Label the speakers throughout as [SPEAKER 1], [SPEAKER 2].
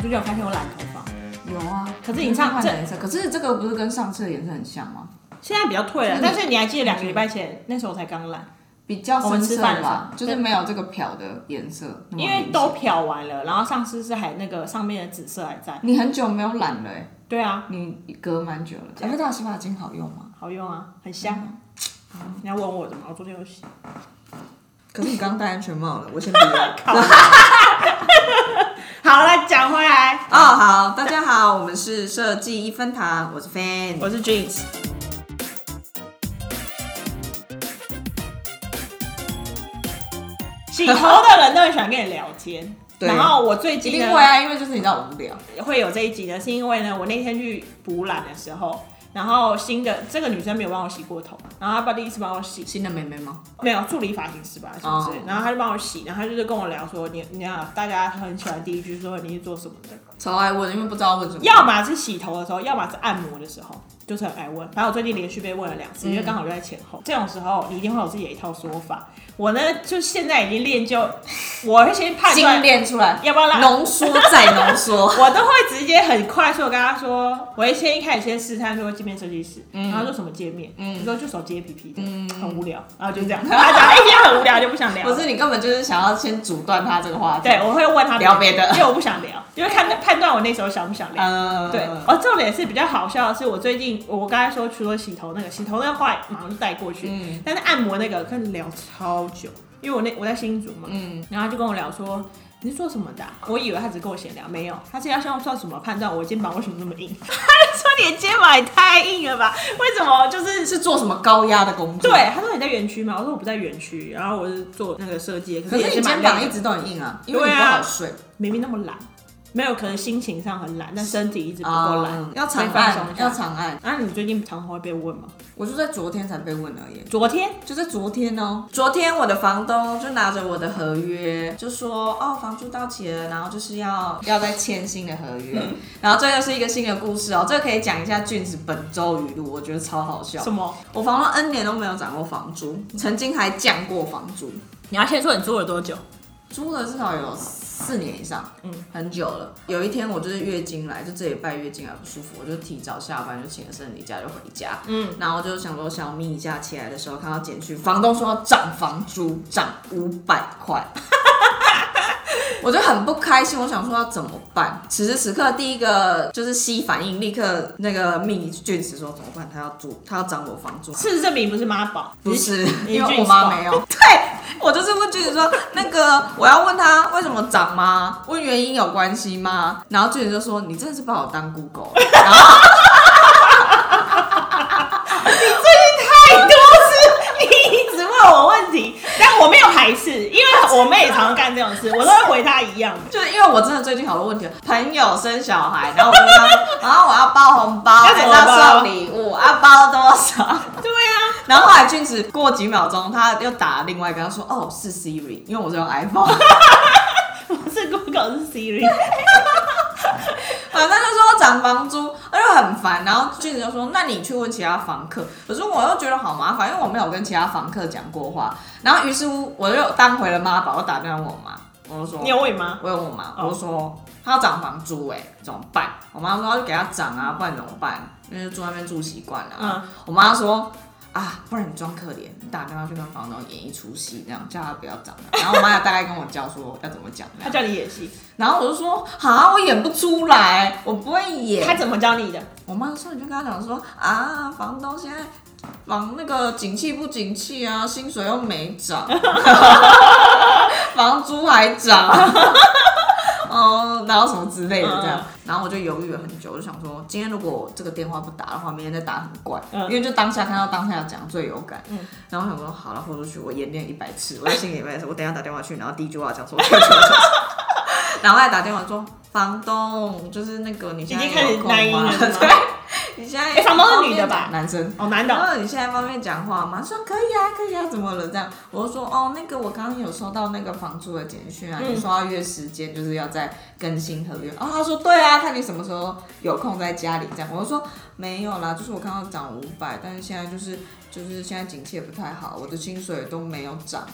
[SPEAKER 1] 不是有发现我染头发？
[SPEAKER 2] 有啊，
[SPEAKER 1] 可是你唱
[SPEAKER 2] 看
[SPEAKER 1] 这
[SPEAKER 2] 颜色，可是这个不是跟上次的颜色很像吗？
[SPEAKER 1] 现在比较退了
[SPEAKER 2] 嗯，
[SPEAKER 1] 但是你还记得两个礼拜前那时候我才刚染，
[SPEAKER 2] 比较
[SPEAKER 1] 我
[SPEAKER 2] 深
[SPEAKER 1] 们吃
[SPEAKER 2] 色
[SPEAKER 1] 饭的
[SPEAKER 2] 吧，
[SPEAKER 1] 时
[SPEAKER 2] 就
[SPEAKER 1] 候
[SPEAKER 2] 是没有这个漂的颜色那么
[SPEAKER 1] 因
[SPEAKER 2] 明显。
[SPEAKER 1] 为都漂完了，然后上次是还那个上面的紫色还在。
[SPEAKER 2] 你很久没有染了、欸，
[SPEAKER 1] 对啊，
[SPEAKER 2] 你隔蛮久了。哎，大洗发精好用吗？
[SPEAKER 1] 好用啊，很香。嗯你要问我的吗？我昨天有洗。
[SPEAKER 2] 可是你刚戴安全帽了，我先不 要。
[SPEAKER 1] 靠好了，讲回来，
[SPEAKER 2] 哦，好，大家好，我们是设计一分堂，我是 Fan。
[SPEAKER 1] 我是 Jeans。洗头的人都很喜欢跟你聊天，
[SPEAKER 2] 对
[SPEAKER 1] 然后我最
[SPEAKER 2] 一
[SPEAKER 1] 近
[SPEAKER 2] 定
[SPEAKER 1] 呢
[SPEAKER 2] 会啊，因为就是你知道我无聊。
[SPEAKER 1] 会有这一集呢，是因为呢，我那天去补懒的时候，然后新的这个女生没有帮我洗过头，然后她把第一次帮我洗，
[SPEAKER 2] 新的妹妹吗？
[SPEAKER 1] 没有助理发型师吧，是不是？
[SPEAKER 2] 哦
[SPEAKER 1] 然后她就帮我洗，然后她就是跟我聊说，你你看大家很喜欢第一句说你是做什么的，
[SPEAKER 2] 超爱问，因为不知道问什么。
[SPEAKER 1] 要么是洗头的时候，要么是按摩的时候，就是很爱问。反正我最近连续被问了两次，因为刚好就在前后。这种时候，你一定会有自己的一套说法。我呢，就现在已经练就，我会先判
[SPEAKER 2] 精
[SPEAKER 1] 断
[SPEAKER 2] 炼出来，
[SPEAKER 1] 要不要让
[SPEAKER 2] 浓缩再浓缩。
[SPEAKER 1] 我都会直接很快速的跟他说，我会先一开始先试探说界面设计师，
[SPEAKER 2] 嗯
[SPEAKER 1] 然后说什么界面，你说就手机 APP 的，很无聊，然后就这样，他讲 APP 很无聊就不想聊
[SPEAKER 2] 不
[SPEAKER 1] 了。
[SPEAKER 2] 嗯是，你根本就是想要先阻断他这个话题。
[SPEAKER 1] 对，我会问他
[SPEAKER 2] 聊别的
[SPEAKER 1] 因为我不想聊，因为看判断我那时候想不想聊。
[SPEAKER 2] 嗯，
[SPEAKER 1] 对，哦，重点是比较好笑的是，我最近我刚才说除了洗头那个，洗头那个话马上就带过去，
[SPEAKER 2] 嗯
[SPEAKER 1] 但是按摩那个跟你聊超久，因为我那我在新竹嘛，
[SPEAKER 2] 嗯
[SPEAKER 1] 然后他就跟我聊说。你是做什么的啊、我以为他只跟我闲聊，没有，他是要像算什么判断我肩膀为什么那么 硬？他就说你的肩膀也太硬了吧？为什么就是
[SPEAKER 2] 是做什么高压的工作？
[SPEAKER 1] 对，，他说你在园区吗？我说我不在园区，然后我是做那个设计的，
[SPEAKER 2] 可
[SPEAKER 1] 是
[SPEAKER 2] 是
[SPEAKER 1] 也
[SPEAKER 2] 你
[SPEAKER 1] 蛮
[SPEAKER 2] 肩膀
[SPEAKER 1] 累的
[SPEAKER 2] 一直都很硬啊，因为你不
[SPEAKER 1] 对啊
[SPEAKER 2] 好睡。
[SPEAKER 1] 明明那么懒，没有可能心情上很懒，但身体一直不够懒、
[SPEAKER 2] 啊，要
[SPEAKER 1] 所以
[SPEAKER 2] 长
[SPEAKER 1] 放松
[SPEAKER 2] 按，
[SPEAKER 1] 一
[SPEAKER 2] 要
[SPEAKER 1] 下。
[SPEAKER 2] 长按。
[SPEAKER 1] 啊，你最近常常会被问吗？
[SPEAKER 2] 我就在昨天才被问而已，
[SPEAKER 1] 昨天
[SPEAKER 2] 就在昨天哦。昨天我的房东就拿着我的合约，就说哦，房租到期了，然后就是要要再签新的合约。然后这又是一个新的故事哦，这个可以讲一下俊子本周语录，我觉得超好笑。
[SPEAKER 1] 什么？
[SPEAKER 2] 我房东 N 年都没有涨过房租，曾经还降过房租，
[SPEAKER 1] 你要先说你租了多久？
[SPEAKER 2] 租了至少有四年以上，嗯
[SPEAKER 1] 嗯，
[SPEAKER 2] 很久了。有一天我就是月经来，就这礼拜月经来不舒服，我就提早下班就请了生理假就回家，嗯
[SPEAKER 1] 嗯，
[SPEAKER 2] 然后就想说想眯一下，起来的时候看到简讯，房东说要涨房租，涨五百块。 我就很不开心，我想说要怎么办？此时此刻，第一个就是 C 反应，立刻那个命俊子说怎么办？他要租，他要涨我房租，
[SPEAKER 1] 事实证明不是妈宝，
[SPEAKER 2] 不是，
[SPEAKER 1] 你
[SPEAKER 2] 因为
[SPEAKER 1] 俊
[SPEAKER 2] 我
[SPEAKER 1] 子
[SPEAKER 2] 妈
[SPEAKER 1] 吧
[SPEAKER 2] 没有。 对，我就是问句子说，那个我要问他为什么涨吗？问原因有关系吗？然后句子就说，你真的是把我当 Google 了。然后
[SPEAKER 1] 太多次，哎你一直问我问题，但我没有排斥，因为我妹也常常干这种 事，我都会回她一样的。
[SPEAKER 2] 就是因为我真的最近好多问题了，朋友生小孩，然后我就跟他说，然后我要包红包，
[SPEAKER 1] 要
[SPEAKER 2] 还
[SPEAKER 1] 怎
[SPEAKER 2] 是
[SPEAKER 1] 么包
[SPEAKER 2] 要送礼物，要包多少？
[SPEAKER 1] 对啊，
[SPEAKER 2] 然后后来俊子过几秒钟，他又打另外一个，他说哦是 Siri，因为我是用 iPhone。
[SPEAKER 1] 不是 Google 是 Siri，
[SPEAKER 2] 反正就说涨房租，他就很烦。然后俊子就说：“那你去问其他房客。”可是我又觉得好麻烦，因为我没有跟其他房客讲过话。然后于是乎，我就当回了妈宝，我打电话问我妈，我就说：“
[SPEAKER 1] 你有问吗？
[SPEAKER 2] 我有问我妈，
[SPEAKER 1] 哦
[SPEAKER 2] 我就说他要涨房租、哎，怎么办？”我妈说：“就给他涨啊，不然怎么办？因为住那边住习惯了。
[SPEAKER 1] 嗯
[SPEAKER 2] 我妈说。啊，不然你装可怜，你打电话去跟房东演一出戏，这样叫他不要涨了。然后我妈也大概跟我教说要怎么讲，
[SPEAKER 1] 她
[SPEAKER 2] 这样
[SPEAKER 1] 叫你演戏，
[SPEAKER 2] 然后我就说啊，我演不出来，我不会演。
[SPEAKER 1] 她怎么教你的？
[SPEAKER 2] 我妈说，你就跟她讲说啊，房东现在房那个景气不景气啊，薪水又没涨， 房租还涨， 哦，然后什么之类的这样
[SPEAKER 1] 嗯。
[SPEAKER 2] 然后我就犹豫了很久，我就想说，今天如果这个电话不打的话，明天再打很怪，
[SPEAKER 1] 嗯
[SPEAKER 2] 因为就当下看到当下要讲最有感。
[SPEAKER 1] 嗯
[SPEAKER 2] 然后我想说，好了，豁出去，我演练一百次，我在心里面说，我等一下打电话去，然后第一句话讲说，我 退出。然后还打电话说，房东，就是那个你现在
[SPEAKER 1] 已经开始
[SPEAKER 2] 有空
[SPEAKER 1] 男音
[SPEAKER 2] 吗
[SPEAKER 1] 了？是吗
[SPEAKER 2] 啊对，你现在
[SPEAKER 1] 哎房东是女的吧
[SPEAKER 2] 男生。
[SPEAKER 1] 哦，难
[SPEAKER 2] 然
[SPEAKER 1] 的，
[SPEAKER 2] 后你现在方便讲话吗？说可以啊，可以啊，怎么了？这样，我就说哦，那个我刚刚有收到那个房租的简讯啊，
[SPEAKER 1] 嗯
[SPEAKER 2] 你说要约时间，就是要再更新合约。哦，他说对啊，看你什么时候有空在家里这样。我就说没有啦，就是我看到涨五百，但是现在就是就是现在景气也不太好，我的薪水都没有涨啊、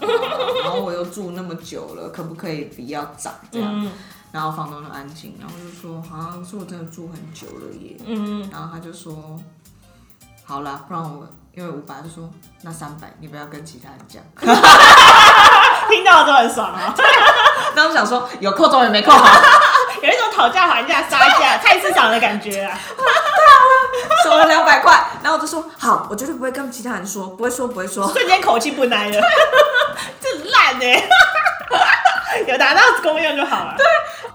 [SPEAKER 2] 然后我又住那么久了，可不可以不要涨这样？
[SPEAKER 1] 嗯，
[SPEAKER 2] 然后房东就安静，然后就说好像、可是我真的住很久了耶，
[SPEAKER 1] 嗯，
[SPEAKER 2] 然后他就说，好啦，不然我因为我爸就说那三百你不要跟其他人讲，
[SPEAKER 1] 听到都很爽啊，
[SPEAKER 2] 然后我想说有扣总也没扣好，
[SPEAKER 1] 有一种讨价还价、杀价、菜市场的感觉啊。
[SPEAKER 2] 收了两百块，然后我就说好，我绝对不会跟其他人说，不会说不会说，
[SPEAKER 1] 瞬间口气不耐了，哦 这很烂呢、 有达到功用就好了。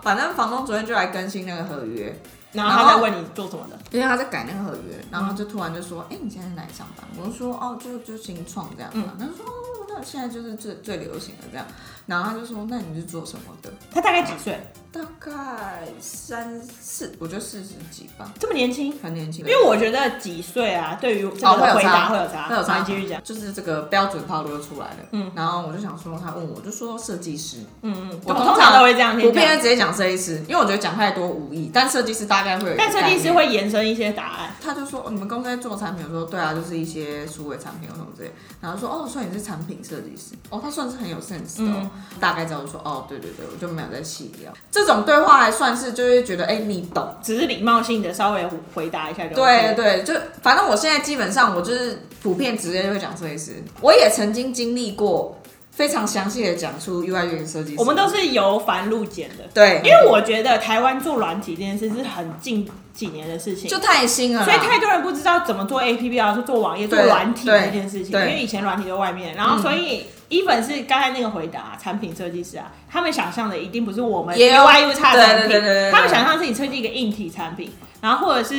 [SPEAKER 2] 反正房东昨天就来更新那个合约，
[SPEAKER 1] 然后他再问你做什么的，
[SPEAKER 2] 因为他在改那个合约，然后就突然就说：“哎、你现在在哪里上班？”我就说：“哦，就就新创这样嘛。他就说：“哦，那现在就是最最流行的这样。”然后他就说：“那你是做什么的
[SPEAKER 1] 他大概几岁？？”
[SPEAKER 2] 大概三四，我觉得四十几吧，
[SPEAKER 1] 这么年轻？
[SPEAKER 2] 很年轻
[SPEAKER 1] 因。为我觉得几岁啊，对于这
[SPEAKER 2] 哦，会
[SPEAKER 1] 个
[SPEAKER 2] 有
[SPEAKER 1] 回
[SPEAKER 2] 差，
[SPEAKER 1] 答会有差。
[SPEAKER 2] 会有差。
[SPEAKER 1] 你继续讲。，
[SPEAKER 2] 就是这个标准套路就出来了。
[SPEAKER 1] 嗯
[SPEAKER 2] 嗯，然后我就想说，他问我，我就说设计师，
[SPEAKER 1] 嗯嗯，我
[SPEAKER 2] 我
[SPEAKER 1] 通常都会这样
[SPEAKER 2] 普
[SPEAKER 1] 先
[SPEAKER 2] 遍会
[SPEAKER 1] 讲，
[SPEAKER 2] 直接讲设计师，因为我觉得讲太多无益。但设计师大概会有一个概
[SPEAKER 1] 但设
[SPEAKER 2] 念，
[SPEAKER 1] 计师会延伸一些答案。
[SPEAKER 2] 他就说、哦、你们公司在做产品，我说对啊，就是一些数位产品或什么之类的。然后说哦，所以你是产品设计师，哦，他算是很有 sense 的、
[SPEAKER 1] 嗯
[SPEAKER 2] 哦大概知道我说哦，对对对，我就没有再细聊。这种对话还算是就是觉得哎、你懂，
[SPEAKER 1] 只是礼貌性的稍微回答一下就 OK
[SPEAKER 2] 对对，就反正我现在基本上我就是普遍直接就会讲设计师，我也曾经经历过非常详细的讲出 UI 原设计师，
[SPEAKER 1] 我们都是由繁入简的，
[SPEAKER 2] 对，
[SPEAKER 1] 因为我觉得台湾做软体这件事是很近几年的事情，
[SPEAKER 2] 就太新了啦，
[SPEAKER 1] 所以太多人不知道怎么做 APP 啊，说做网页、做
[SPEAKER 2] 对
[SPEAKER 1] 软体
[SPEAKER 2] 对
[SPEAKER 1] 这件事情，因
[SPEAKER 2] 对嗯
[SPEAKER 1] 为以前软体在外面，然后所以 even 是刚才那个回答、产品设计师啊，他们想象的一定不是我们
[SPEAKER 2] 也有
[SPEAKER 1] UI U 差的产品，
[SPEAKER 2] 对对对对对
[SPEAKER 1] 他们想象是你设计一个硬体产品，然后或者是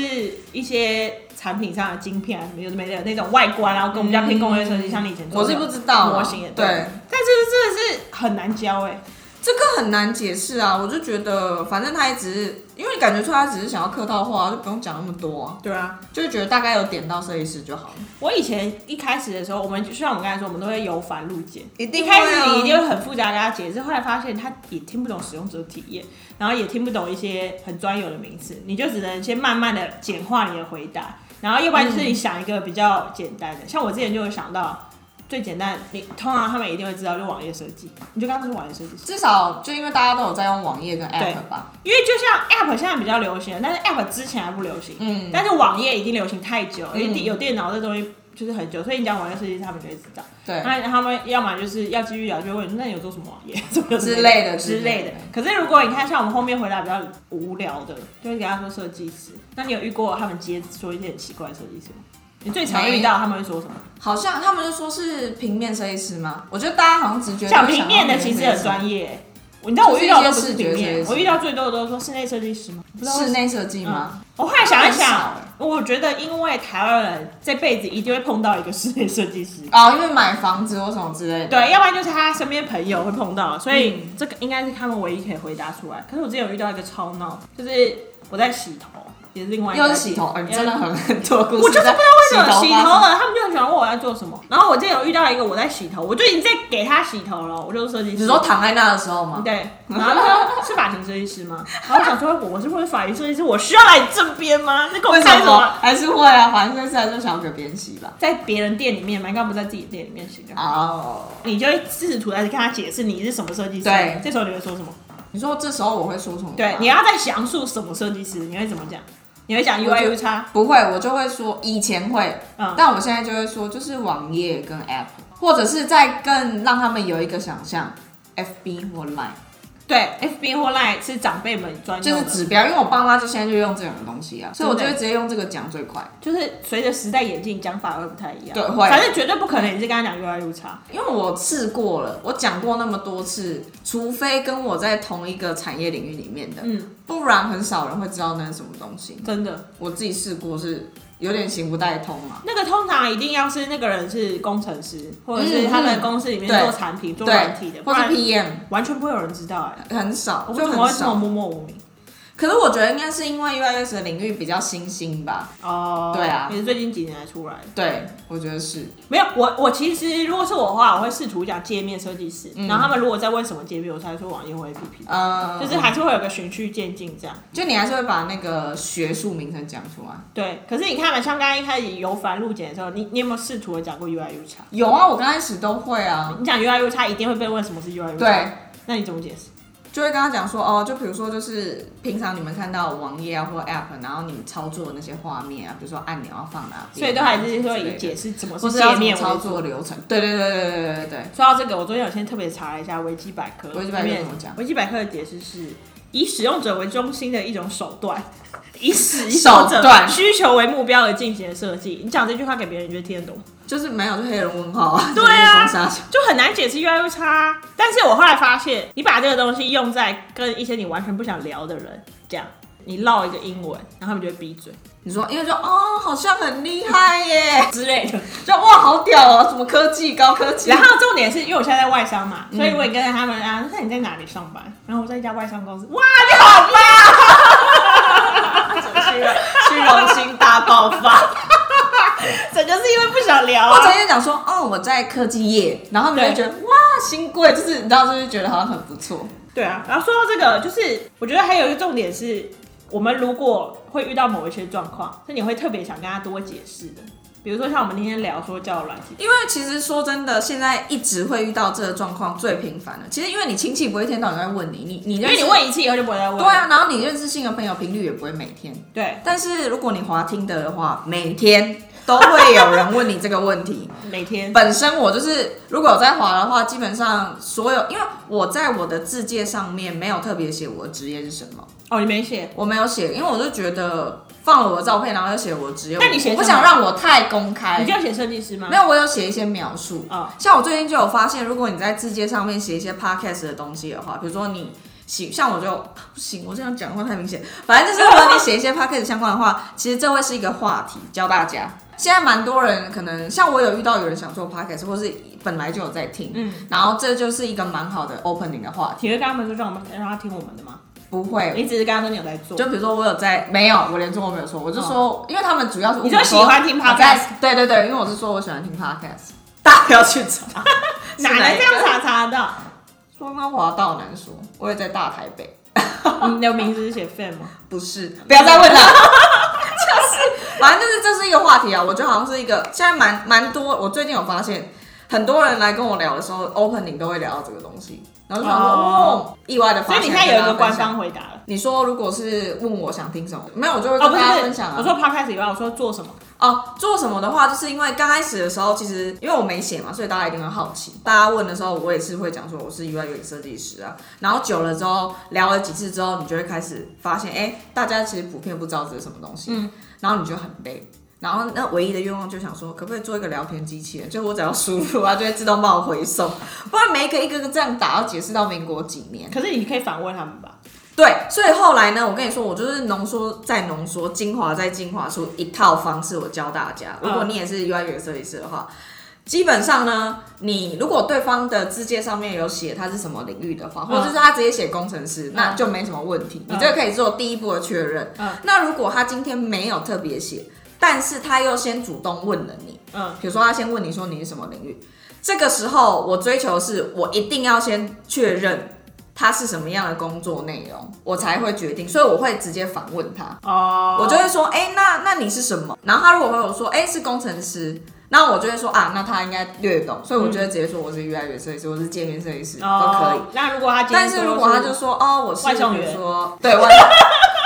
[SPEAKER 1] 一些产品上的晶片啊什么有的没的那种外观啊，然后跟我们家偏工业设计，像你以前做
[SPEAKER 2] 嗯我
[SPEAKER 1] 的
[SPEAKER 2] 是不知道啦啊
[SPEAKER 1] 模型也对，
[SPEAKER 2] 对
[SPEAKER 1] 但是真的是很难教哎、
[SPEAKER 2] 这个很难解释啊，我就觉得，反正他也只是，因为感觉出他只是想要客套话，就不用讲那么多、啊，
[SPEAKER 1] 对啊，
[SPEAKER 2] 就会觉得大概有点到设计师就好了。
[SPEAKER 1] 我以前一开始的时候，我们就像我们刚才说，我们都会由繁入简，
[SPEAKER 2] 一定
[SPEAKER 1] 一
[SPEAKER 2] 会
[SPEAKER 1] 开
[SPEAKER 2] 啊
[SPEAKER 1] 始你一定会很复杂跟他解释，后来发现他也听不懂使用者体验，然后也听不懂一些很专有的名词，你就只能先慢慢的简化你的回答，然后要不然就是你想一个比较简单的，像我之前就有想到最简单，你通常他们一定会知道就网页设计，你就刚刚说网页设计师，
[SPEAKER 2] 至少就因为大家都有在用网页跟
[SPEAKER 1] 对
[SPEAKER 2] app 吧，
[SPEAKER 1] 因为就像 App 现在比较流行，但是 App 之前还不流行，
[SPEAKER 2] 嗯，
[SPEAKER 1] 但是网页已经流行太久了，因为
[SPEAKER 2] 嗯
[SPEAKER 1] 有电脑这东西就是很久，所以你讲网页设计他们就会知道。
[SPEAKER 2] 对，
[SPEAKER 1] 那 他们要么就是要继续聊，就会问你那你有做什么网页 什么
[SPEAKER 2] 之类的
[SPEAKER 1] 之类的。可是如果你看像我们后面回答比较无聊的，就是给他说设计师，那你有遇过他们接说一些很奇怪的设计师吗？你最常遇到他们会说什么？
[SPEAKER 2] 好像他们就说是平面设计师吗？我觉得大家好像直觉
[SPEAKER 1] 讲平面的其实很
[SPEAKER 2] 专
[SPEAKER 1] 专业、你知道我遇到的不是平
[SPEAKER 2] 就是一些视觉设
[SPEAKER 1] 面
[SPEAKER 2] 计，师
[SPEAKER 1] 我遇到最多的都是说室内设计师吗？不知道嗯为
[SPEAKER 2] 室
[SPEAKER 1] 什么
[SPEAKER 2] 内设计吗？
[SPEAKER 1] 我后来想一
[SPEAKER 2] 很
[SPEAKER 1] 想
[SPEAKER 2] 少欸，
[SPEAKER 1] 我觉得因为台湾人这辈子一定会碰到一个室内设计师，
[SPEAKER 2] 哦，因为买房子或什么之类的，
[SPEAKER 1] 对，要不然就是他身边朋友会碰到，所以这个应该是他们唯一可以回答出来。可是我之前有遇到一个超闹，就是我在洗头，也是另哦外一个
[SPEAKER 2] 又是洗头，哎、
[SPEAKER 1] 也
[SPEAKER 2] 真的很很多故事。
[SPEAKER 1] 我就是不知道为什么洗头
[SPEAKER 2] 发生，
[SPEAKER 1] 了，他们就很喜欢问我在做什么。然后我之前有遇到一个我在洗头，我就已经在给他洗头了，我就是设计师。
[SPEAKER 2] 你说躺在那的时候吗？
[SPEAKER 1] 对，然后他说是发型设计师吗？ 然后我想说，我我是问发型设计师，我需要来你这边吗？你给我
[SPEAKER 2] 为
[SPEAKER 1] 开
[SPEAKER 2] 什
[SPEAKER 1] 什
[SPEAKER 2] 么
[SPEAKER 1] 么？
[SPEAKER 2] 还是会啊？反正现在就想要给别人洗吧。
[SPEAKER 1] 在别人店里面嘛，应该不在自己店里面洗的。
[SPEAKER 2] 哦、
[SPEAKER 1] 你就会试图来跟他解释你是什么设计师。
[SPEAKER 2] 对
[SPEAKER 1] 这时候你会说什么？
[SPEAKER 2] 你说这时候我会说什么吗？
[SPEAKER 1] 对，你要再详述什么设计师，你会怎么讲？你会讲 UI U 叉，
[SPEAKER 2] 不会，我就会说以前会，
[SPEAKER 1] 嗯
[SPEAKER 2] 但我现在就会说就是网页跟 app，或者是再更让他们有一个想象，FB 或 Line
[SPEAKER 1] 对，FB 或 Line 是长辈们专
[SPEAKER 2] 就
[SPEAKER 1] 用
[SPEAKER 2] 是
[SPEAKER 1] 的，
[SPEAKER 2] 指标，因为我爸妈就现在就用这两个东西啊，所以我就
[SPEAKER 1] 真的
[SPEAKER 2] 会直接用这个讲最快，
[SPEAKER 1] 就是随着时代演进，讲法会不太一样。
[SPEAKER 2] 对会
[SPEAKER 1] 反正绝对不可能你是跟他讲 UI U 啊叉。
[SPEAKER 2] 因为我试过了，我讲过那么多次，除非跟我在同一个产业领域里面的，
[SPEAKER 1] 嗯，
[SPEAKER 2] 不然很少人会知道那是什么东西。
[SPEAKER 1] 真的，
[SPEAKER 2] 我自己试过是有点行不太通啊，
[SPEAKER 1] 那个通常一定要是那个人是工程师，或者是
[SPEAKER 2] 嗯
[SPEAKER 1] 他们
[SPEAKER 2] 嗯
[SPEAKER 1] 公司里面
[SPEAKER 2] 对
[SPEAKER 1] 做产品、做软体
[SPEAKER 2] 对，
[SPEAKER 1] 的，不
[SPEAKER 2] 或是
[SPEAKER 1] 然
[SPEAKER 2] PM
[SPEAKER 1] 完全不会有人知道。哎，
[SPEAKER 2] 很少，
[SPEAKER 1] 我不
[SPEAKER 2] 就
[SPEAKER 1] 怎么
[SPEAKER 2] 很
[SPEAKER 1] 会这么
[SPEAKER 2] 少。
[SPEAKER 1] 默默无名。
[SPEAKER 2] 可是我觉得应该是因为 UIS 的领域比较新兴吧。
[SPEAKER 1] 哦，
[SPEAKER 2] 对啊
[SPEAKER 1] 也是最近几年才出来的。
[SPEAKER 2] 对，我觉得是。
[SPEAKER 1] 没有，我我其实如果是我的话，我会试图讲界面设计师，
[SPEAKER 2] 嗯
[SPEAKER 1] 然后他们如果再问什么界面，我才说网页或 APP。
[SPEAKER 2] 呃，
[SPEAKER 1] 就是还是会有个循序渐进这样。
[SPEAKER 2] 就你还是会把那个学术名称讲出来。
[SPEAKER 1] 对，可是你看嘛，像刚刚一开始由繁入简的时候，你你有没有试图地讲过 U I U 差？
[SPEAKER 2] 有啊，我刚开始都会啊。
[SPEAKER 1] 你讲 U I U 差一定会被问什么是 U I U 差，
[SPEAKER 2] 对，
[SPEAKER 1] 那你怎么解释？
[SPEAKER 2] 就会跟他讲说，哦，就比如说就是平常你们看到网页啊或 App，然后你们操作的那些画面啊，比如说按钮要放哪边，
[SPEAKER 1] 所以都还是
[SPEAKER 2] 说
[SPEAKER 1] 说以解释怎么
[SPEAKER 2] 或
[SPEAKER 1] 是
[SPEAKER 2] 是要
[SPEAKER 1] 界
[SPEAKER 2] 怎么
[SPEAKER 1] 面
[SPEAKER 2] 操
[SPEAKER 1] 为
[SPEAKER 2] 作流程。对对对对对对对
[SPEAKER 1] 说到这个，我昨天有先特别查了一下维基百科，
[SPEAKER 2] 维基百科
[SPEAKER 1] 里面
[SPEAKER 2] 怎么讲
[SPEAKER 1] 维基百科的解释是以使用者为中心的一种手 段，以使
[SPEAKER 2] 手
[SPEAKER 1] 用者
[SPEAKER 2] 段
[SPEAKER 1] 需求为目标而进行的设计。你讲这句话给别人，你就听得懂吗，
[SPEAKER 2] 就是没有就黑人问号啊，
[SPEAKER 1] 对啊
[SPEAKER 2] 就是封杀
[SPEAKER 1] 就很难解释 UI 差。但是我后来发现，你把这个东西用在跟一些你完全不想聊的人，这样你唠一个英文，然后他们就会闭嘴
[SPEAKER 2] 你说，因为就哦，好像很厉害耶，
[SPEAKER 1] 之类的。
[SPEAKER 2] 就哇，好屌哦，什么科技，高科技
[SPEAKER 1] 然。后重点是因为我现在在外商嘛，所以我也跟着他们啊。那你在哪里上班？然后我在一家外商公司，哇，你好棒！
[SPEAKER 2] 虚荣心大爆发。
[SPEAKER 1] 这就是因为不想聊
[SPEAKER 2] 我整
[SPEAKER 1] 啊。
[SPEAKER 2] 天讲说，哦，我在科技业，然后你就
[SPEAKER 1] 对
[SPEAKER 2] 觉得哇，新贵，就是你知道，就是觉得好像很不错。
[SPEAKER 1] 对啊，然后说到这个，就是我觉得还有一个重点是，我们如果会遇到某一些状况，是你会特别想跟他多解释的。比如说像我们今天聊说交友软体，
[SPEAKER 2] 因为其实说真的，现在一直会遇到这个状况最频繁了。其实因为你亲戚不会一天到晚在问你，你你
[SPEAKER 1] 因
[SPEAKER 2] 认
[SPEAKER 1] 为
[SPEAKER 2] 识
[SPEAKER 1] 你问一次以后就不会再问。
[SPEAKER 2] 对啊，然后你认识新的朋友频率也不会每天。
[SPEAKER 1] 对，
[SPEAKER 2] 但是如果你滑听的的话，每天都会有人问你这个问题。
[SPEAKER 1] 每天
[SPEAKER 2] 本身我就是，如果有在滑的话，基本上所有，因为我在我的字界上面没有特别写我的职业是什么，
[SPEAKER 1] 哦，你没写，
[SPEAKER 2] 我没有写，因为我就觉得放了我的照片，然后又写我的职业，
[SPEAKER 1] 那你写什么
[SPEAKER 2] 我不想让我太公开
[SPEAKER 1] 你就。要写设计师吗？
[SPEAKER 2] 没有，我有写一些描述。
[SPEAKER 1] 哦
[SPEAKER 2] 像我最近就有发现，如果你在字界上面写一些 podcast 的东西的话，比如说你喜，像我就不行，我这样讲话太明显。反正就是如果你写 一些 podcast 相关的话，其实这会是一个话题，教大家。现在蛮多人可能像我有遇到有人想做 podcast，或是本来就有在听，
[SPEAKER 1] 嗯，
[SPEAKER 2] 然后这就是一个蛮好的 opening 的话题。
[SPEAKER 1] 你会跟他们说让我们让他听我们的吗？
[SPEAKER 2] 不会，
[SPEAKER 1] 你只是跟他说你有在做，
[SPEAKER 2] 就比如说我有在没有，我连做都没有说，我就说，因为他们主要是问
[SPEAKER 1] 哦你就
[SPEAKER 2] 我
[SPEAKER 1] 喜
[SPEAKER 2] 说
[SPEAKER 1] 欢听
[SPEAKER 2] 我在
[SPEAKER 1] podcast
[SPEAKER 2] 对对对，因为我是说我喜欢听 podcast，大家不要去查。
[SPEAKER 1] 哪来这样查查得到？
[SPEAKER 2] 双光华道难说，我也在大台北，
[SPEAKER 1] 嗯你的名字是写 fan 吗？
[SPEAKER 2] 不是，不要再问了。 就是，反正就是这是一个话题啊，我觉得好像是一个现在蛮蛮多，我最近有发现，很多人来跟我聊的时候，opening 都会聊到这个东西，然后就想说，
[SPEAKER 1] 哦
[SPEAKER 2] 哦，意外的
[SPEAKER 1] 所
[SPEAKER 2] 发
[SPEAKER 1] 以
[SPEAKER 2] 现。
[SPEAKER 1] 你现在有一个官
[SPEAKER 2] 跟大家分享，
[SPEAKER 1] 方回答了。
[SPEAKER 2] 你说如果是问我想听什么，没有，我就会
[SPEAKER 1] 哦，
[SPEAKER 2] 跟
[SPEAKER 1] 不
[SPEAKER 2] 大
[SPEAKER 1] 是，
[SPEAKER 2] 家
[SPEAKER 1] 不
[SPEAKER 2] 分
[SPEAKER 1] 是
[SPEAKER 2] 享啊。
[SPEAKER 1] 我说 podcast 以外，我说做什么？
[SPEAKER 2] 哦，做什么的话，就是因为刚开始的时候，其实因为我没写嘛，所以大家一定会好奇。大家问的时候，我也是会讲说我是 UI 设计师啊。然后久了之后，聊了几次之后，你就会开始发现，哎、大家其实普遍不知道这是什么东西，
[SPEAKER 1] 嗯
[SPEAKER 2] 然后你就很累。然后那唯一的愿望就想说，可不可以做一个聊天机器人？就我只要输入，它就会自动帮我回送。不然每一个一个个这样打，要解释到民国几年。
[SPEAKER 1] 可是你可以反问他们吧？
[SPEAKER 2] 对，所以后来呢，我跟你说，我就是浓缩再浓缩，精华再精华出一套方式，我教大家。
[SPEAKER 1] 嗯
[SPEAKER 2] 如果你也是 UI 设计师的话，基本上呢，你如果对方的字界上面有写他是什么领域的话，
[SPEAKER 1] 嗯
[SPEAKER 2] 或者是他直接写工程师，
[SPEAKER 1] 嗯
[SPEAKER 2] 那就没什么问题，
[SPEAKER 1] 嗯
[SPEAKER 2] 你这个可以做第一步的确认。
[SPEAKER 1] 嗯
[SPEAKER 2] 那如果他今天没有特别写，但是他又先主动问了你，
[SPEAKER 1] 嗯，
[SPEAKER 2] 比如说他先问你说你是什么领域，这个时候我追求的是我一定要先确认他是什么样的工作内容，我才会决定，所以我会直接反问他，
[SPEAKER 1] 哦，
[SPEAKER 2] 我就会说，哎、那那你是什么？然后他如果回我说，哎、是工程师。那我就会说啊，那他应该略懂，所以我就会直接说我是 UI 设计师，我是界面设计师都可以。
[SPEAKER 1] 哦。那如果他今天
[SPEAKER 2] 但是如果他
[SPEAKER 1] 说
[SPEAKER 2] 就说哦，我是
[SPEAKER 1] 外送员
[SPEAKER 2] 比如说对外送，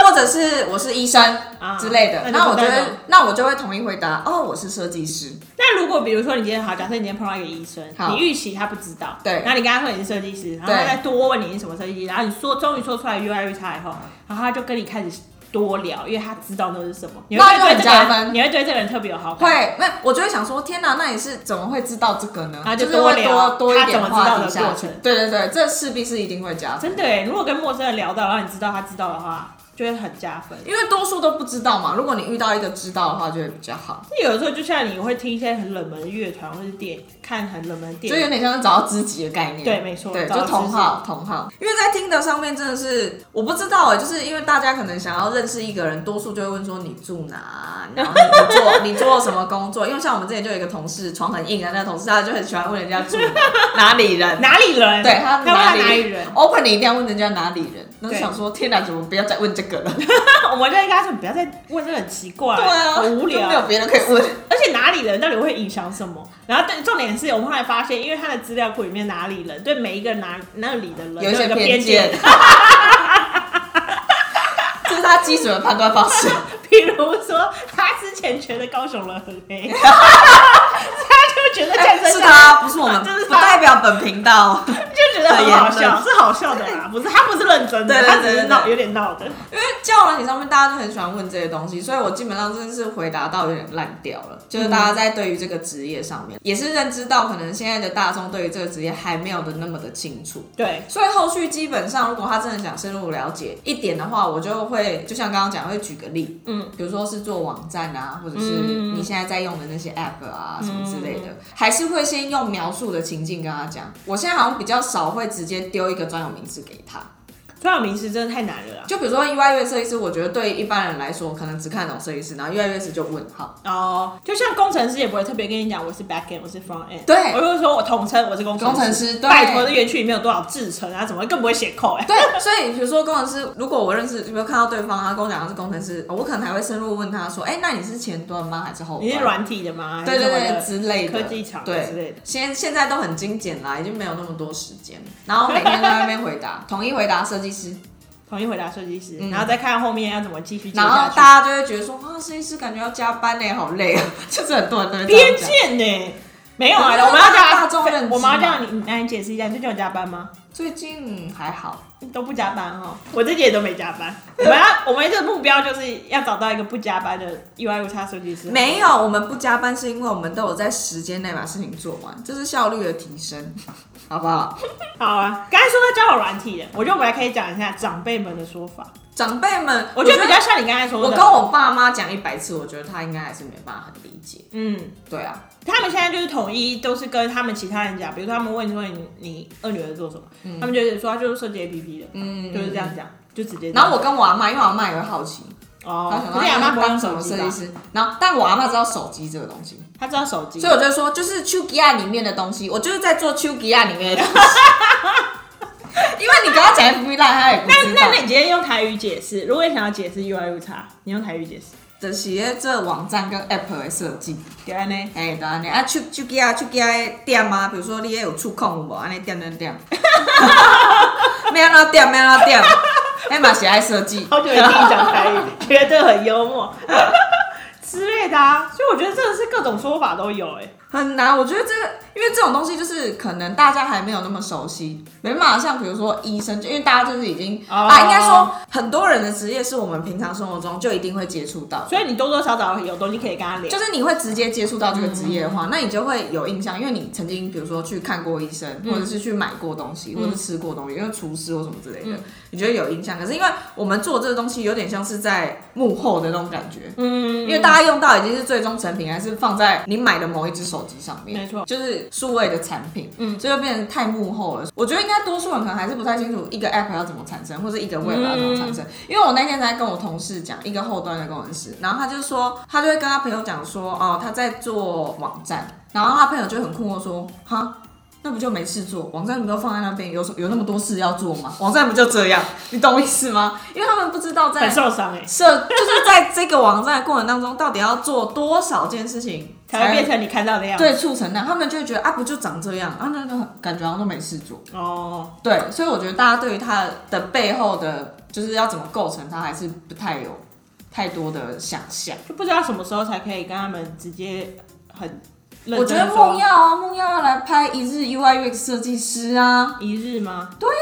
[SPEAKER 2] 或者是我是医生
[SPEAKER 1] 啊
[SPEAKER 2] 之类的，
[SPEAKER 1] 那就
[SPEAKER 2] 那我
[SPEAKER 1] 不
[SPEAKER 2] 就
[SPEAKER 1] 代
[SPEAKER 2] 会
[SPEAKER 1] 表
[SPEAKER 2] 那我就会同意回答哦，我是设计师。
[SPEAKER 1] 那如果比如说你今天好，假设你今天碰到一个医生，
[SPEAKER 2] 好
[SPEAKER 1] 你预期他不知道，
[SPEAKER 2] 对
[SPEAKER 1] 然后你跟他说你是设计师，然后他
[SPEAKER 2] 对
[SPEAKER 1] 再多问你是什么设计师，然后你说终于说出来 UI 差以
[SPEAKER 2] 嗯
[SPEAKER 1] 后，然后他就跟你开始多聊，因为他知道那是什么，你会
[SPEAKER 2] 那就
[SPEAKER 1] 对
[SPEAKER 2] 很
[SPEAKER 1] 这个
[SPEAKER 2] 加分
[SPEAKER 1] 人，你会对这个人特别有好感，
[SPEAKER 2] 会，那我就会想说，天哪，那你是怎么会知道这个呢？
[SPEAKER 1] 然后就
[SPEAKER 2] 就是
[SPEAKER 1] 多
[SPEAKER 2] 会
[SPEAKER 1] 聊
[SPEAKER 2] 多多一
[SPEAKER 1] 他怎
[SPEAKER 2] 点
[SPEAKER 1] 么知
[SPEAKER 2] 话
[SPEAKER 1] 道的
[SPEAKER 2] 题下
[SPEAKER 1] 过
[SPEAKER 2] 去
[SPEAKER 1] 程。
[SPEAKER 2] 对对对，这势必是一定会加分，
[SPEAKER 1] 真的耶。如果跟陌生人聊到，然后你知道他知道的话，就会很加分。
[SPEAKER 2] 因为多数都不知道嘛。如果你遇到一个知道的话，就会比较好，
[SPEAKER 1] 那有的时候就像你会听一些很冷门的乐团或是电影，看很冷门的
[SPEAKER 2] 就
[SPEAKER 1] 电
[SPEAKER 2] 有
[SPEAKER 1] 影，
[SPEAKER 2] 点像是找到知己的概念。
[SPEAKER 1] 对没错
[SPEAKER 2] 对，
[SPEAKER 1] 找到
[SPEAKER 2] 就
[SPEAKER 1] 知己
[SPEAKER 2] 同好同好。因为在听的上面真的是我不知道哎，就是因为大家可能想要认识一个人，多数就会问说你住哪，然后你 你做你做什么工作？因为像我们之前就有一个同事床很硬啊，那个同事他就很喜欢问人家住哪 哪里人，
[SPEAKER 1] 哪里人？
[SPEAKER 2] 对他
[SPEAKER 1] 他问他
[SPEAKER 2] 哪
[SPEAKER 1] 哪
[SPEAKER 2] 里
[SPEAKER 1] 里 人？
[SPEAKER 2] open 你一定要问人家哪里人，那
[SPEAKER 1] 对
[SPEAKER 2] 想说天哪，怎么不要再问这个了？
[SPEAKER 1] 我们就应该说你不要再问这个很奇怪，
[SPEAKER 2] 对啊，
[SPEAKER 1] 好无
[SPEAKER 2] 就
[SPEAKER 1] 聊
[SPEAKER 2] 没。有别的可以问。
[SPEAKER 1] 而且哪哪里人到底会影响什么？然后，但重点是我们后来发现，因为他的资料库里面哪里人对每一个哪那里的人
[SPEAKER 2] 有一些
[SPEAKER 1] 都个
[SPEAKER 2] 偏
[SPEAKER 1] 偏
[SPEAKER 2] 见， 这是他基准的判断方 式。
[SPEAKER 1] 比如说，他之前觉得高雄人很黑， 他就觉得战 争
[SPEAKER 2] 哎是他，不是我们
[SPEAKER 1] 这是，
[SPEAKER 2] 不
[SPEAKER 1] 他
[SPEAKER 2] 代表本频 道。
[SPEAKER 1] 就觉得很好
[SPEAKER 2] 很严
[SPEAKER 1] 笑，是好笑的啦，不是他不是认真
[SPEAKER 2] 对
[SPEAKER 1] 的，
[SPEAKER 2] 对
[SPEAKER 1] 他
[SPEAKER 2] 对
[SPEAKER 1] 只是
[SPEAKER 2] 对
[SPEAKER 1] 闹
[SPEAKER 2] 对
[SPEAKER 1] 有点闹的。
[SPEAKER 2] 因为交友软体上面大家就很喜欢问这些东西，所以我基本上真的是回答到有点烂掉了。就是大家在对于这个职业上面，也是认知到可能现在的大众对于这个职业还没有的那么的清楚。
[SPEAKER 1] 对，
[SPEAKER 2] 所以后续基本上，如果他真的想深入了解一点的话，我就会就像刚刚讲，会举个例，
[SPEAKER 1] 嗯，
[SPEAKER 2] 比如说是做网站啊，或者是
[SPEAKER 1] 嗯
[SPEAKER 2] 你现在在用的那些 app 啊、什么之类的，还是会先用描述的情境跟他讲。我现在好像比较少会直接丢一个专有名词给他，
[SPEAKER 1] 专有名词真的太难了啦。
[SPEAKER 2] 就比如说 E UI 设计师，我觉得对一般人来说，可能只看懂设计师，然后 E UI 设计师就问号。
[SPEAKER 1] 哦，就像工程师也不会特别跟你讲我是 back end，我是 front end，
[SPEAKER 2] 对
[SPEAKER 1] 我就会说我统称我是工
[SPEAKER 2] 工程
[SPEAKER 1] 师。
[SPEAKER 2] 师对
[SPEAKER 1] 拜托，那园区里面有多少制程啊？怎么会更不会写扣哎？
[SPEAKER 2] 对，所以比如说工程师，如果我认识，比如看到对方他跟我讲他是工程师，哦我可能还会深入问他说，哎、那你是前端吗？还是后端？
[SPEAKER 1] 你是软体的吗？
[SPEAKER 2] 对对
[SPEAKER 1] 还
[SPEAKER 2] 对
[SPEAKER 1] 是什么
[SPEAKER 2] 之类
[SPEAKER 1] 的
[SPEAKER 2] 的
[SPEAKER 1] 科技厂
[SPEAKER 2] 对
[SPEAKER 1] 之类的。
[SPEAKER 2] 现现在都很精简啦，已经没有那么多时间，然后每天在那边回答， 统一回答设计师，
[SPEAKER 1] 统一回答设计师，
[SPEAKER 2] 嗯
[SPEAKER 1] 然后再看后面要怎么继续接
[SPEAKER 2] 然
[SPEAKER 1] 下
[SPEAKER 2] 后
[SPEAKER 1] 去。
[SPEAKER 2] 大家就会觉得说啊，设计师感觉要加班呢，好累啊， 就是很多人都会这
[SPEAKER 1] 偏
[SPEAKER 2] 样讲。
[SPEAKER 1] 见呢？没有啊，
[SPEAKER 2] 可是
[SPEAKER 1] 我们要叫
[SPEAKER 2] 大众认知嘛
[SPEAKER 1] 我们要叫你来解释一下，你最近有加班吗？
[SPEAKER 2] 最近还好，
[SPEAKER 1] 都不加班哦，我自己也都没加班。我们要， 我们的目标就是要找到一个不加班的 UI 误差设计师。
[SPEAKER 2] 没有我们不加班是因为我们都有在时间内把事情做完，这是效率的提升， 好不好？
[SPEAKER 1] 好啊，刚才说到交友软体的，我觉得我们来可以讲一下长辈们的说法。
[SPEAKER 2] 长辈们，
[SPEAKER 1] 我觉得比较像你刚才说
[SPEAKER 2] 我
[SPEAKER 1] 的，
[SPEAKER 2] 跟我爸妈讲一百次，我觉得他应该还是没办法很理解。
[SPEAKER 1] 嗯，
[SPEAKER 2] 对啊，
[SPEAKER 1] 他们现在就是统一都是跟他们其他人讲，比如说他们问说你你二女儿做什么，他们就是说她就是设计 APP 的，
[SPEAKER 2] 嗯，
[SPEAKER 1] 就是这样讲，就直接这样。
[SPEAKER 2] 然后我跟我阿妈，因为我阿妈也会好奇，她
[SPEAKER 1] 哦，
[SPEAKER 2] 想
[SPEAKER 1] 可
[SPEAKER 2] 说
[SPEAKER 1] 是
[SPEAKER 2] 啊
[SPEAKER 1] 阿妈不会
[SPEAKER 2] 当
[SPEAKER 1] 用
[SPEAKER 2] 什
[SPEAKER 1] 手
[SPEAKER 2] 么
[SPEAKER 1] 机
[SPEAKER 2] 设
[SPEAKER 1] 吧
[SPEAKER 2] 计？师，然后但我阿妈知道手机这个东西，
[SPEAKER 1] 她知道手机
[SPEAKER 2] 所以，我就说，就是丘吉亚里面的东西，我就是在做丘吉亚里面的东西。 因为你跟他讲 FB 烂，他也不
[SPEAKER 1] 那
[SPEAKER 2] 知
[SPEAKER 1] 那那
[SPEAKER 2] 道。
[SPEAKER 1] 你今天用台语解释，如果你想要解释 UI 误差，你用台语解释，
[SPEAKER 2] 的些这网站跟 App 的设计，
[SPEAKER 1] 对安呢？
[SPEAKER 2] 哎，对啊，你啊丘丘吉亚丘吉亚的店啊，比如说你也有触控有无？安尼点点点， 没有那点，没有那点， 哎嘛是爱设计。
[SPEAKER 1] 好久没听你讲台语，觉得这个很幽默 之类的啊。所以我觉得真的是各种说法都有哎、
[SPEAKER 2] 很难，我觉得这个，因为这种东西就是可能大家还没有那么熟悉，没办法像比如说医生，就因为大家就是已经、
[SPEAKER 1] 哦
[SPEAKER 2] 啊，应该说很多人的职业是我们平常生活中就一定会接触到的，
[SPEAKER 1] 所以你多多少少有东西可以跟他聊。
[SPEAKER 2] 就是你会直接接触到这个职业的
[SPEAKER 1] 嗯
[SPEAKER 2] 话，那你就会有印象，因为你曾经比如说去看过医生，或
[SPEAKER 1] 嗯
[SPEAKER 2] 者是去买过东西，或者是吃过东西，因为厨师或什么之类的，你觉得有印象。可是因为我们做这个东西有点像是在幕后的那种感觉，
[SPEAKER 1] 嗯
[SPEAKER 2] 因为大家用到已经是最终成品，还是放在你买的某一只手机上面，
[SPEAKER 1] 没错
[SPEAKER 2] 就是数位的产品，
[SPEAKER 1] 嗯
[SPEAKER 2] 嗯，这就变成太幕后了。我觉得应该多数人可能还是不太清楚一个 app 要怎么产生，或者一个 web 要怎么产生。因为我那天才跟我同事讲，一个后端的工程师，然后他就说，他就会跟他朋友讲说，哦，他在做网站，然后他朋友就很困惑说，哈。那不就没事做？网站不都放在那边，有有那么多事要做吗？网站不就这样？你懂我意思吗？因为他们不知道在
[SPEAKER 1] 很受伤哎、
[SPEAKER 2] 设 就是在这个网站的过程当中，到底要做多少件事情
[SPEAKER 1] 才会变成你看到的样子。
[SPEAKER 2] 对促成那样？他们就会觉得啊，不就长这样啊，那那感觉好像都没事做。
[SPEAKER 1] 哦，
[SPEAKER 2] 对，所以我觉得大家对于它的背后的，就是要怎么构成它，还是不太有太多的想象。
[SPEAKER 1] 就不知道什么时候才可以跟他们直接很认真地说。
[SPEAKER 2] 我觉得梦耀啊，梦耀要来拍一日 UI UX 设计师啊，
[SPEAKER 1] 一日吗？对呀、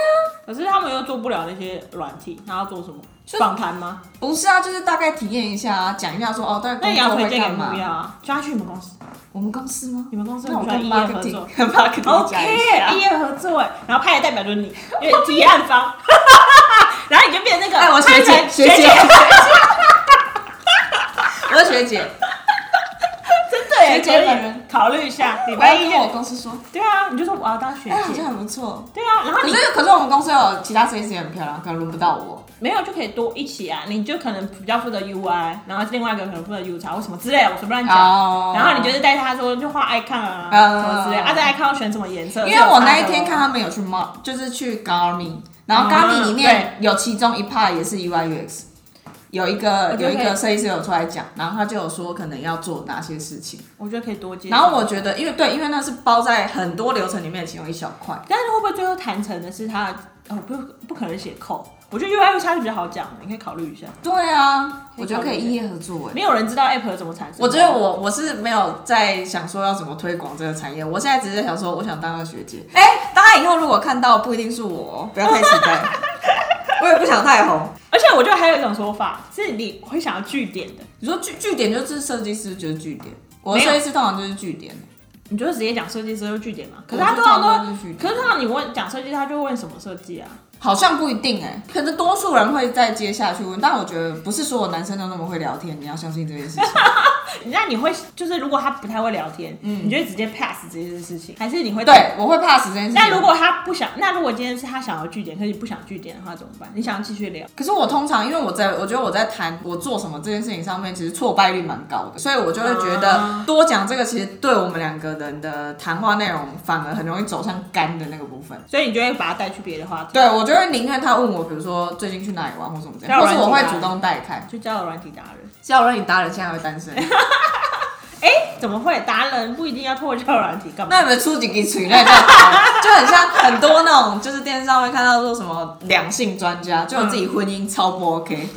[SPEAKER 1] 可是他们又做不了那些软体，那要做什么？
[SPEAKER 2] 就
[SPEAKER 1] 访谈吗？
[SPEAKER 2] 不是啊，就是大概体验一下啊，讲一下说哦，大概
[SPEAKER 1] 那
[SPEAKER 2] 工
[SPEAKER 1] 也要
[SPEAKER 2] 作
[SPEAKER 1] 推
[SPEAKER 2] 会
[SPEAKER 1] 荐给
[SPEAKER 2] 干
[SPEAKER 1] 目
[SPEAKER 2] 嘛？
[SPEAKER 1] 标啊，叫他去你们公司，
[SPEAKER 2] 我们公司吗？
[SPEAKER 1] 你们公司
[SPEAKER 2] 那我
[SPEAKER 1] 很喜欢
[SPEAKER 2] 跟
[SPEAKER 1] 异业合
[SPEAKER 2] marketing
[SPEAKER 1] 作。
[SPEAKER 2] 跟 marketing 讲
[SPEAKER 1] OK，。
[SPEAKER 2] 一下
[SPEAKER 1] 业合作哎，然后派的代表就是 你，因为提案方，然后你就变那个
[SPEAKER 2] 哎，我学姐，
[SPEAKER 1] 学
[SPEAKER 2] 学姐， 我是学姐，
[SPEAKER 1] 真的哎，
[SPEAKER 2] 学姐
[SPEAKER 1] 可以
[SPEAKER 2] 本人
[SPEAKER 1] 考虑一下，礼
[SPEAKER 2] 我要
[SPEAKER 1] 拜一
[SPEAKER 2] 跟
[SPEAKER 1] 就
[SPEAKER 2] 我公司说，
[SPEAKER 1] 对啊，你就说我要当学
[SPEAKER 2] 哎，好
[SPEAKER 1] 姐
[SPEAKER 2] 像，很不错。
[SPEAKER 1] 对啊，然后
[SPEAKER 2] 可
[SPEAKER 1] 你
[SPEAKER 2] 是可是我们公司有其他设计师也很漂亮，可能轮不到我。
[SPEAKER 1] 没有就可以多一起啊，你就可能比较负责 UI，然后另外一个可能负责 U 叉或什么之类的，我随便乱讲。
[SPEAKER 2] 哦
[SPEAKER 1] 然后你就是带他说就画 icon 啊，
[SPEAKER 2] 嗯
[SPEAKER 1] 什么之类的，啊，这 icon 要选什么颜色？
[SPEAKER 2] 因为我那一
[SPEAKER 1] 这
[SPEAKER 2] 天
[SPEAKER 1] 有差的
[SPEAKER 2] 看
[SPEAKER 1] 哦
[SPEAKER 2] 他们有去 Mar，就是去 Garmin，然后
[SPEAKER 1] 嗯
[SPEAKER 2] E Garmin 里面有其中一 part 也是 UI UX，有一个
[SPEAKER 1] 我觉
[SPEAKER 2] 有
[SPEAKER 1] 得
[SPEAKER 2] 一
[SPEAKER 1] 可
[SPEAKER 2] 个
[SPEAKER 1] 以
[SPEAKER 2] 设计师有出来讲，然后他就有说可能要做哪些事情。
[SPEAKER 1] 我觉得可以多接。
[SPEAKER 2] 然后我，觉得，因为对，因为那是包在很多流程里面的其中一小块。
[SPEAKER 1] 但是会不会最后谈成的是他的哦，不不可能写扣。我觉得 UI 差是比较好讲的，你可以考虑一下。
[SPEAKER 2] 对啊，
[SPEAKER 1] 可以
[SPEAKER 2] 我觉得
[SPEAKER 1] 考虑
[SPEAKER 2] 可以
[SPEAKER 1] 一下
[SPEAKER 2] 异业合作哎。
[SPEAKER 1] 没有人知道 App 怎么产生的。
[SPEAKER 2] 我觉得我我是没有在想说要怎么推广这个产业，我现在只是在想说，我想当个学姐。哎、大家以后如果看到不一定是我哦，不要太期 待。我也不想太红。
[SPEAKER 1] 而且我觉得还有一种说法是你会想要据点的，
[SPEAKER 2] 你说据据点就是设计师就是据点，我的
[SPEAKER 1] 没有
[SPEAKER 2] 设计师通常就是据点。
[SPEAKER 1] 你就直接讲设计师就据点嘛。可是
[SPEAKER 2] 我
[SPEAKER 1] 他
[SPEAKER 2] 就
[SPEAKER 1] 通常
[SPEAKER 2] 通
[SPEAKER 1] 都，
[SPEAKER 2] 常就是据
[SPEAKER 1] 可
[SPEAKER 2] 点，
[SPEAKER 1] 是通常你问讲设计，他就问什么设计啊？
[SPEAKER 2] 好像不一定哎、可是多数人会再接下去问，但我觉得不是所有男生都那么会聊天，你要相信这件 事情。
[SPEAKER 1] 那你会就是如果他不太会聊天，嗯，你就会直接 pass 这件事情，还是你会？
[SPEAKER 2] 对，我会 pass 这件事情。
[SPEAKER 1] 那如果他不想，那如果今天是他想要据点，可是你不想据点的话怎么办？你想要继续聊？
[SPEAKER 2] 可是我通常，因为我在我觉得我在谈我做什么这件事情上面，其实挫败率蛮高的，所以我就会觉得
[SPEAKER 1] 啊
[SPEAKER 2] 多讲这个，其实对我们两个人的谈话内容反而很容易走向干的那个部分。
[SPEAKER 1] 所以你就会把他带去别的话题，
[SPEAKER 2] 对，我就会宁愿他问我，比如说最近去哪里玩或什么这样，
[SPEAKER 1] 交
[SPEAKER 2] 或
[SPEAKER 1] 友
[SPEAKER 2] 是我
[SPEAKER 1] 软体
[SPEAKER 2] 会
[SPEAKER 1] 啊
[SPEAKER 2] 主动带开。
[SPEAKER 1] 就交友软体达人。
[SPEAKER 2] 交友软体达人现在会单身，
[SPEAKER 1] 怎么会？达人不一定要透过交友软体干嘛？
[SPEAKER 2] 那你们出几个群那个，就很像很多那种就是电视上面看到说什么两性专家，就有自己婚姻超不 OK，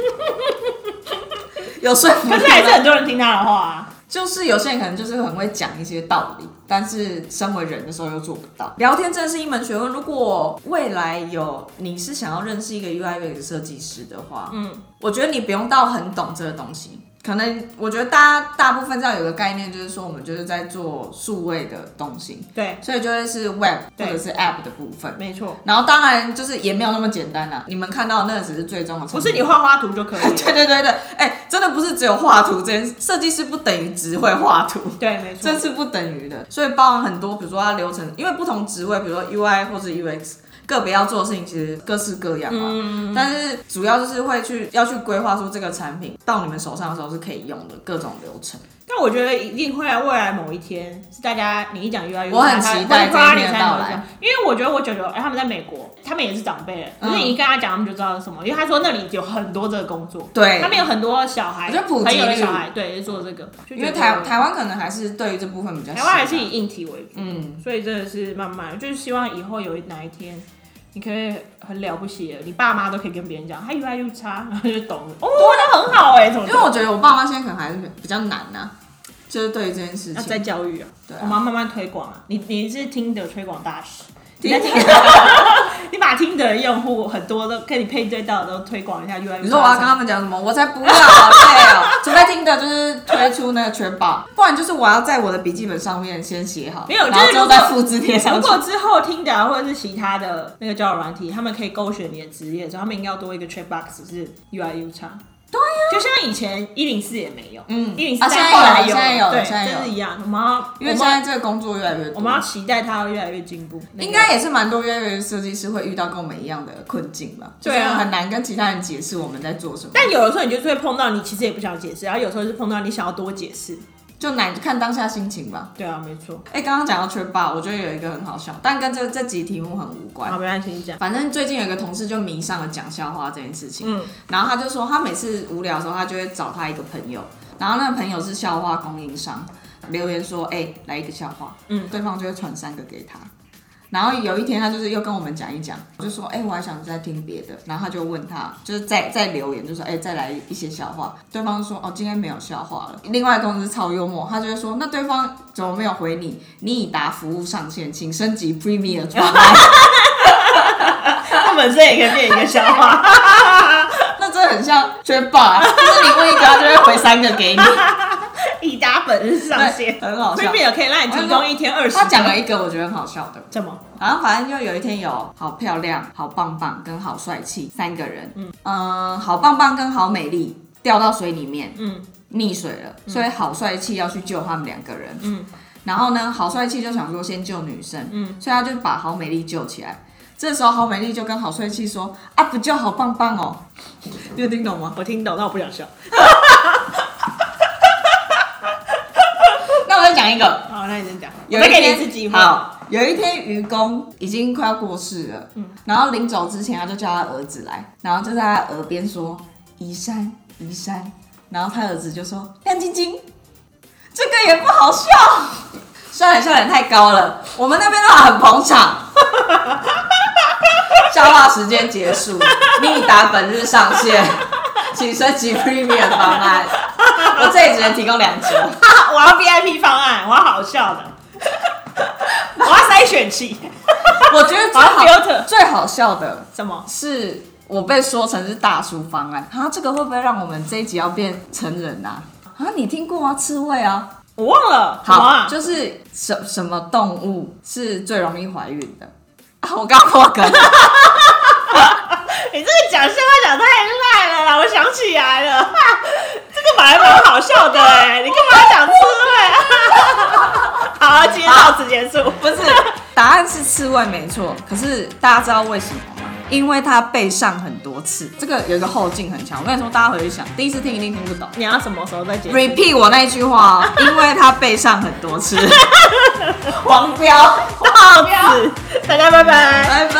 [SPEAKER 2] 有说服力吗
[SPEAKER 1] 可是还是很多人听他的话啊。
[SPEAKER 2] 就是有些人可能就是很会讲一些道理，但是身为人的时候又做不到。聊天真的是一门学问。如果未来有你是想要认识一个 UI UX 设计师的话，
[SPEAKER 1] 嗯，
[SPEAKER 2] 我觉得你不用到很懂这个东西。可能我觉得大家大部分这样有个概念，就是说我们就是在做数位的东西，
[SPEAKER 1] 对，
[SPEAKER 2] 所以就会是 Web 或
[SPEAKER 1] 对
[SPEAKER 2] 者是 App 的部分。
[SPEAKER 1] 没错，
[SPEAKER 2] 然后当然就是也没有那么简单啦、啊你们看到的那个只是最终的
[SPEAKER 1] 不
[SPEAKER 2] 成 果，
[SPEAKER 1] 是你画画图就可以了。
[SPEAKER 2] 对对对对，哎、真的不是只有画图这件事，设计师不等于只会画图，
[SPEAKER 1] 对，没错
[SPEAKER 2] 这。是不等于的。所以包含很多，比如说它流程，因为不同职位，比如说 UI 或者 UX。个别要做的事情其实各式各样嘛，
[SPEAKER 1] 嗯
[SPEAKER 2] 但是主要就是会去要去规划出这个产品到你们手上的时候是可以用的各种流程。
[SPEAKER 1] 但我觉得一定会在啊未来某一天，是大家你一讲 UI，
[SPEAKER 2] 我很期待这一天的到来
[SPEAKER 1] 因为我觉得我舅舅哎他们在美国，他们也是长辈了，可是
[SPEAKER 2] 嗯
[SPEAKER 1] 你一跟他讲，他们就知道是什么，因为他说那里有很多这个工作，
[SPEAKER 2] 对
[SPEAKER 1] 他，们有很多小孩，
[SPEAKER 2] 我觉得普及率
[SPEAKER 1] 朋友的小孩，对，就做这个，就
[SPEAKER 2] 因
[SPEAKER 1] 觉得
[SPEAKER 2] 为台啊台湾可能还是对于这部分比较
[SPEAKER 1] 台湾还是
[SPEAKER 2] 少
[SPEAKER 1] 以硬体为主，嗯，所以真的是慢慢，就是希望以后有哪一天。你可以很了不起了，你爸妈都可以跟别人讲，哎他 UI 又差，然后就懂了。哦，那很好哎、怎么
[SPEAKER 2] 因为我觉得我爸妈现在可能还是比较难呐、就是对于这件事
[SPEAKER 1] 要
[SPEAKER 2] 情，
[SPEAKER 1] 再教育啊？
[SPEAKER 2] 对啊
[SPEAKER 1] 我们要慢慢推广啊。你你是听的推广大使，你在
[SPEAKER 2] Tinder
[SPEAKER 1] 听，你把听的用户很多都跟你配对到的都推广一下 UI。
[SPEAKER 2] 你说我要跟他们讲什么？我才不要，好累哦！除非听的就是推出那个全保，不然就是我要在我的笔记本上面先写好，
[SPEAKER 1] 没有
[SPEAKER 2] 然后
[SPEAKER 1] 就是
[SPEAKER 2] 之后
[SPEAKER 1] 如果
[SPEAKER 2] 再复制贴上
[SPEAKER 1] 如
[SPEAKER 2] 去。
[SPEAKER 1] 果之后听的啊或者是其他的那个交友软体，他们可以勾选你的职业的时候，他们应该要多一个 check box 是 UI U 差。对呀、就像以前一零四也没有，
[SPEAKER 2] 啊嗯
[SPEAKER 1] 一零四
[SPEAKER 2] 啊现在
[SPEAKER 1] 后来
[SPEAKER 2] 有现在有
[SPEAKER 1] 对，
[SPEAKER 2] 现在有
[SPEAKER 1] 真是一样。我们要，
[SPEAKER 2] 因为
[SPEAKER 1] 我
[SPEAKER 2] 现
[SPEAKER 1] 们
[SPEAKER 2] 在这个工作越来越
[SPEAKER 1] 我们要
[SPEAKER 2] 多，
[SPEAKER 1] 期待它越来越进步。那个
[SPEAKER 2] 应该也是蛮多越来越设计师会遇到跟我们一样的困境吧，
[SPEAKER 1] 对啊
[SPEAKER 2] 就是很难跟其他人解释我们在做什么，
[SPEAKER 1] 但有的时候你就是会碰到你其实也不想解释，然后有时候是碰到你想要多解释。
[SPEAKER 2] 就难看当下心情吧。
[SPEAKER 1] 对啊，没错。
[SPEAKER 2] 哎，刚刚讲到缺霸，我觉得有一个很好笑，但跟这这集题目很无关
[SPEAKER 1] 好，。没关系，你讲。
[SPEAKER 2] 反正最近有一个同事就迷上了讲笑话这件事情，
[SPEAKER 1] 嗯
[SPEAKER 2] 然后他就说，他每次无聊的时候，他就会找他一个朋友，然后那个朋友是笑话供应商，留言说：“哎、来一个笑话。”
[SPEAKER 1] 嗯
[SPEAKER 2] 对方就会传三个给他。然后有一天，他就是又跟我们讲一讲，我就说：“哎、我还想再听别的。”然后他就问他，就是再再留言，就说：“哎、再来一些笑话。”对方说：“哦，今天没有笑话了。”另外一个同事超幽默，他就会说：“那对方怎么没有回你？你已达服务上限，请升级 Premier 专案。”
[SPEAKER 1] 它本身也可以变一个笑话，
[SPEAKER 2] 那真的很像缺霸，就是你问一个，他就会回三个 给你，
[SPEAKER 1] 以达本身上
[SPEAKER 2] 对
[SPEAKER 1] 线。
[SPEAKER 2] 很好笑
[SPEAKER 1] Maybe。也可以让你提供一天二十。
[SPEAKER 2] 他讲了一个我觉得很好笑的，
[SPEAKER 1] 怎么？
[SPEAKER 2] 然后反正就有一天有好漂亮、好棒棒跟好帅气三个人，嗯、好棒棒跟好美丽掉到水里面
[SPEAKER 1] 嗯
[SPEAKER 2] 溺水了，所以好帅气要去救他们两个人，
[SPEAKER 1] 嗯
[SPEAKER 2] 然后呢，好帅气就想说先救女生，
[SPEAKER 1] 嗯，
[SPEAKER 2] 所以他就把好美丽救起来。这时候好美丽就跟好帅气说：“啊，不救好棒棒哦，你有听懂吗？”
[SPEAKER 1] 我听懂，但我不想笑。
[SPEAKER 2] 那我再讲一个，
[SPEAKER 1] 好，那你先讲。
[SPEAKER 2] 有
[SPEAKER 1] 我
[SPEAKER 2] 一
[SPEAKER 1] 再
[SPEAKER 2] 天
[SPEAKER 1] 给你一次机会。
[SPEAKER 2] 好，嗯有一天愚公已经快要过世了，然后临走之前，他就叫他儿子来，然后就在他耳边说：“移山移山，然后他儿子就说亮晶晶，这个也不好笑，算了算了，太高了，我们那边的话很捧场。 笑话时间结束，密达本日上线，请升级 Premium 方案。我这里只能提供两折。
[SPEAKER 1] 我要 VIP 方案，我要好笑的，我要筛选器，
[SPEAKER 2] 我觉得
[SPEAKER 1] 我
[SPEAKER 2] 最
[SPEAKER 1] 要 filter
[SPEAKER 2] 好最好笑的
[SPEAKER 1] 什么？
[SPEAKER 2] 是我被说成是大叔方案，啊，这个会不会让我们这一集要变成人啊？啊，你听过啊，刺猬啊，
[SPEAKER 1] 我忘了，什
[SPEAKER 2] 好，
[SPEAKER 1] 么啊？
[SPEAKER 2] 就是什什么动物是最容易怀孕的？啊，我刚破梗，
[SPEAKER 1] 你这个讲笑话讲太烂了啦！我想起来了，哈这个本来蛮好笑的哎、你干嘛讲刺猬？好，今天到此结束。
[SPEAKER 2] 不是， 答案是刺猬没错，可是大家知道为什么吗？因为它背上很多次，这个有一个后劲很强。我跟你说，大家回去想，第一次听一定听不懂。
[SPEAKER 1] 你要什么时候再结束？
[SPEAKER 2] repeat 我那一句话、哦， 因为它背上 很多次。黄标，
[SPEAKER 1] 到此，大家拜拜。
[SPEAKER 2] 拜拜。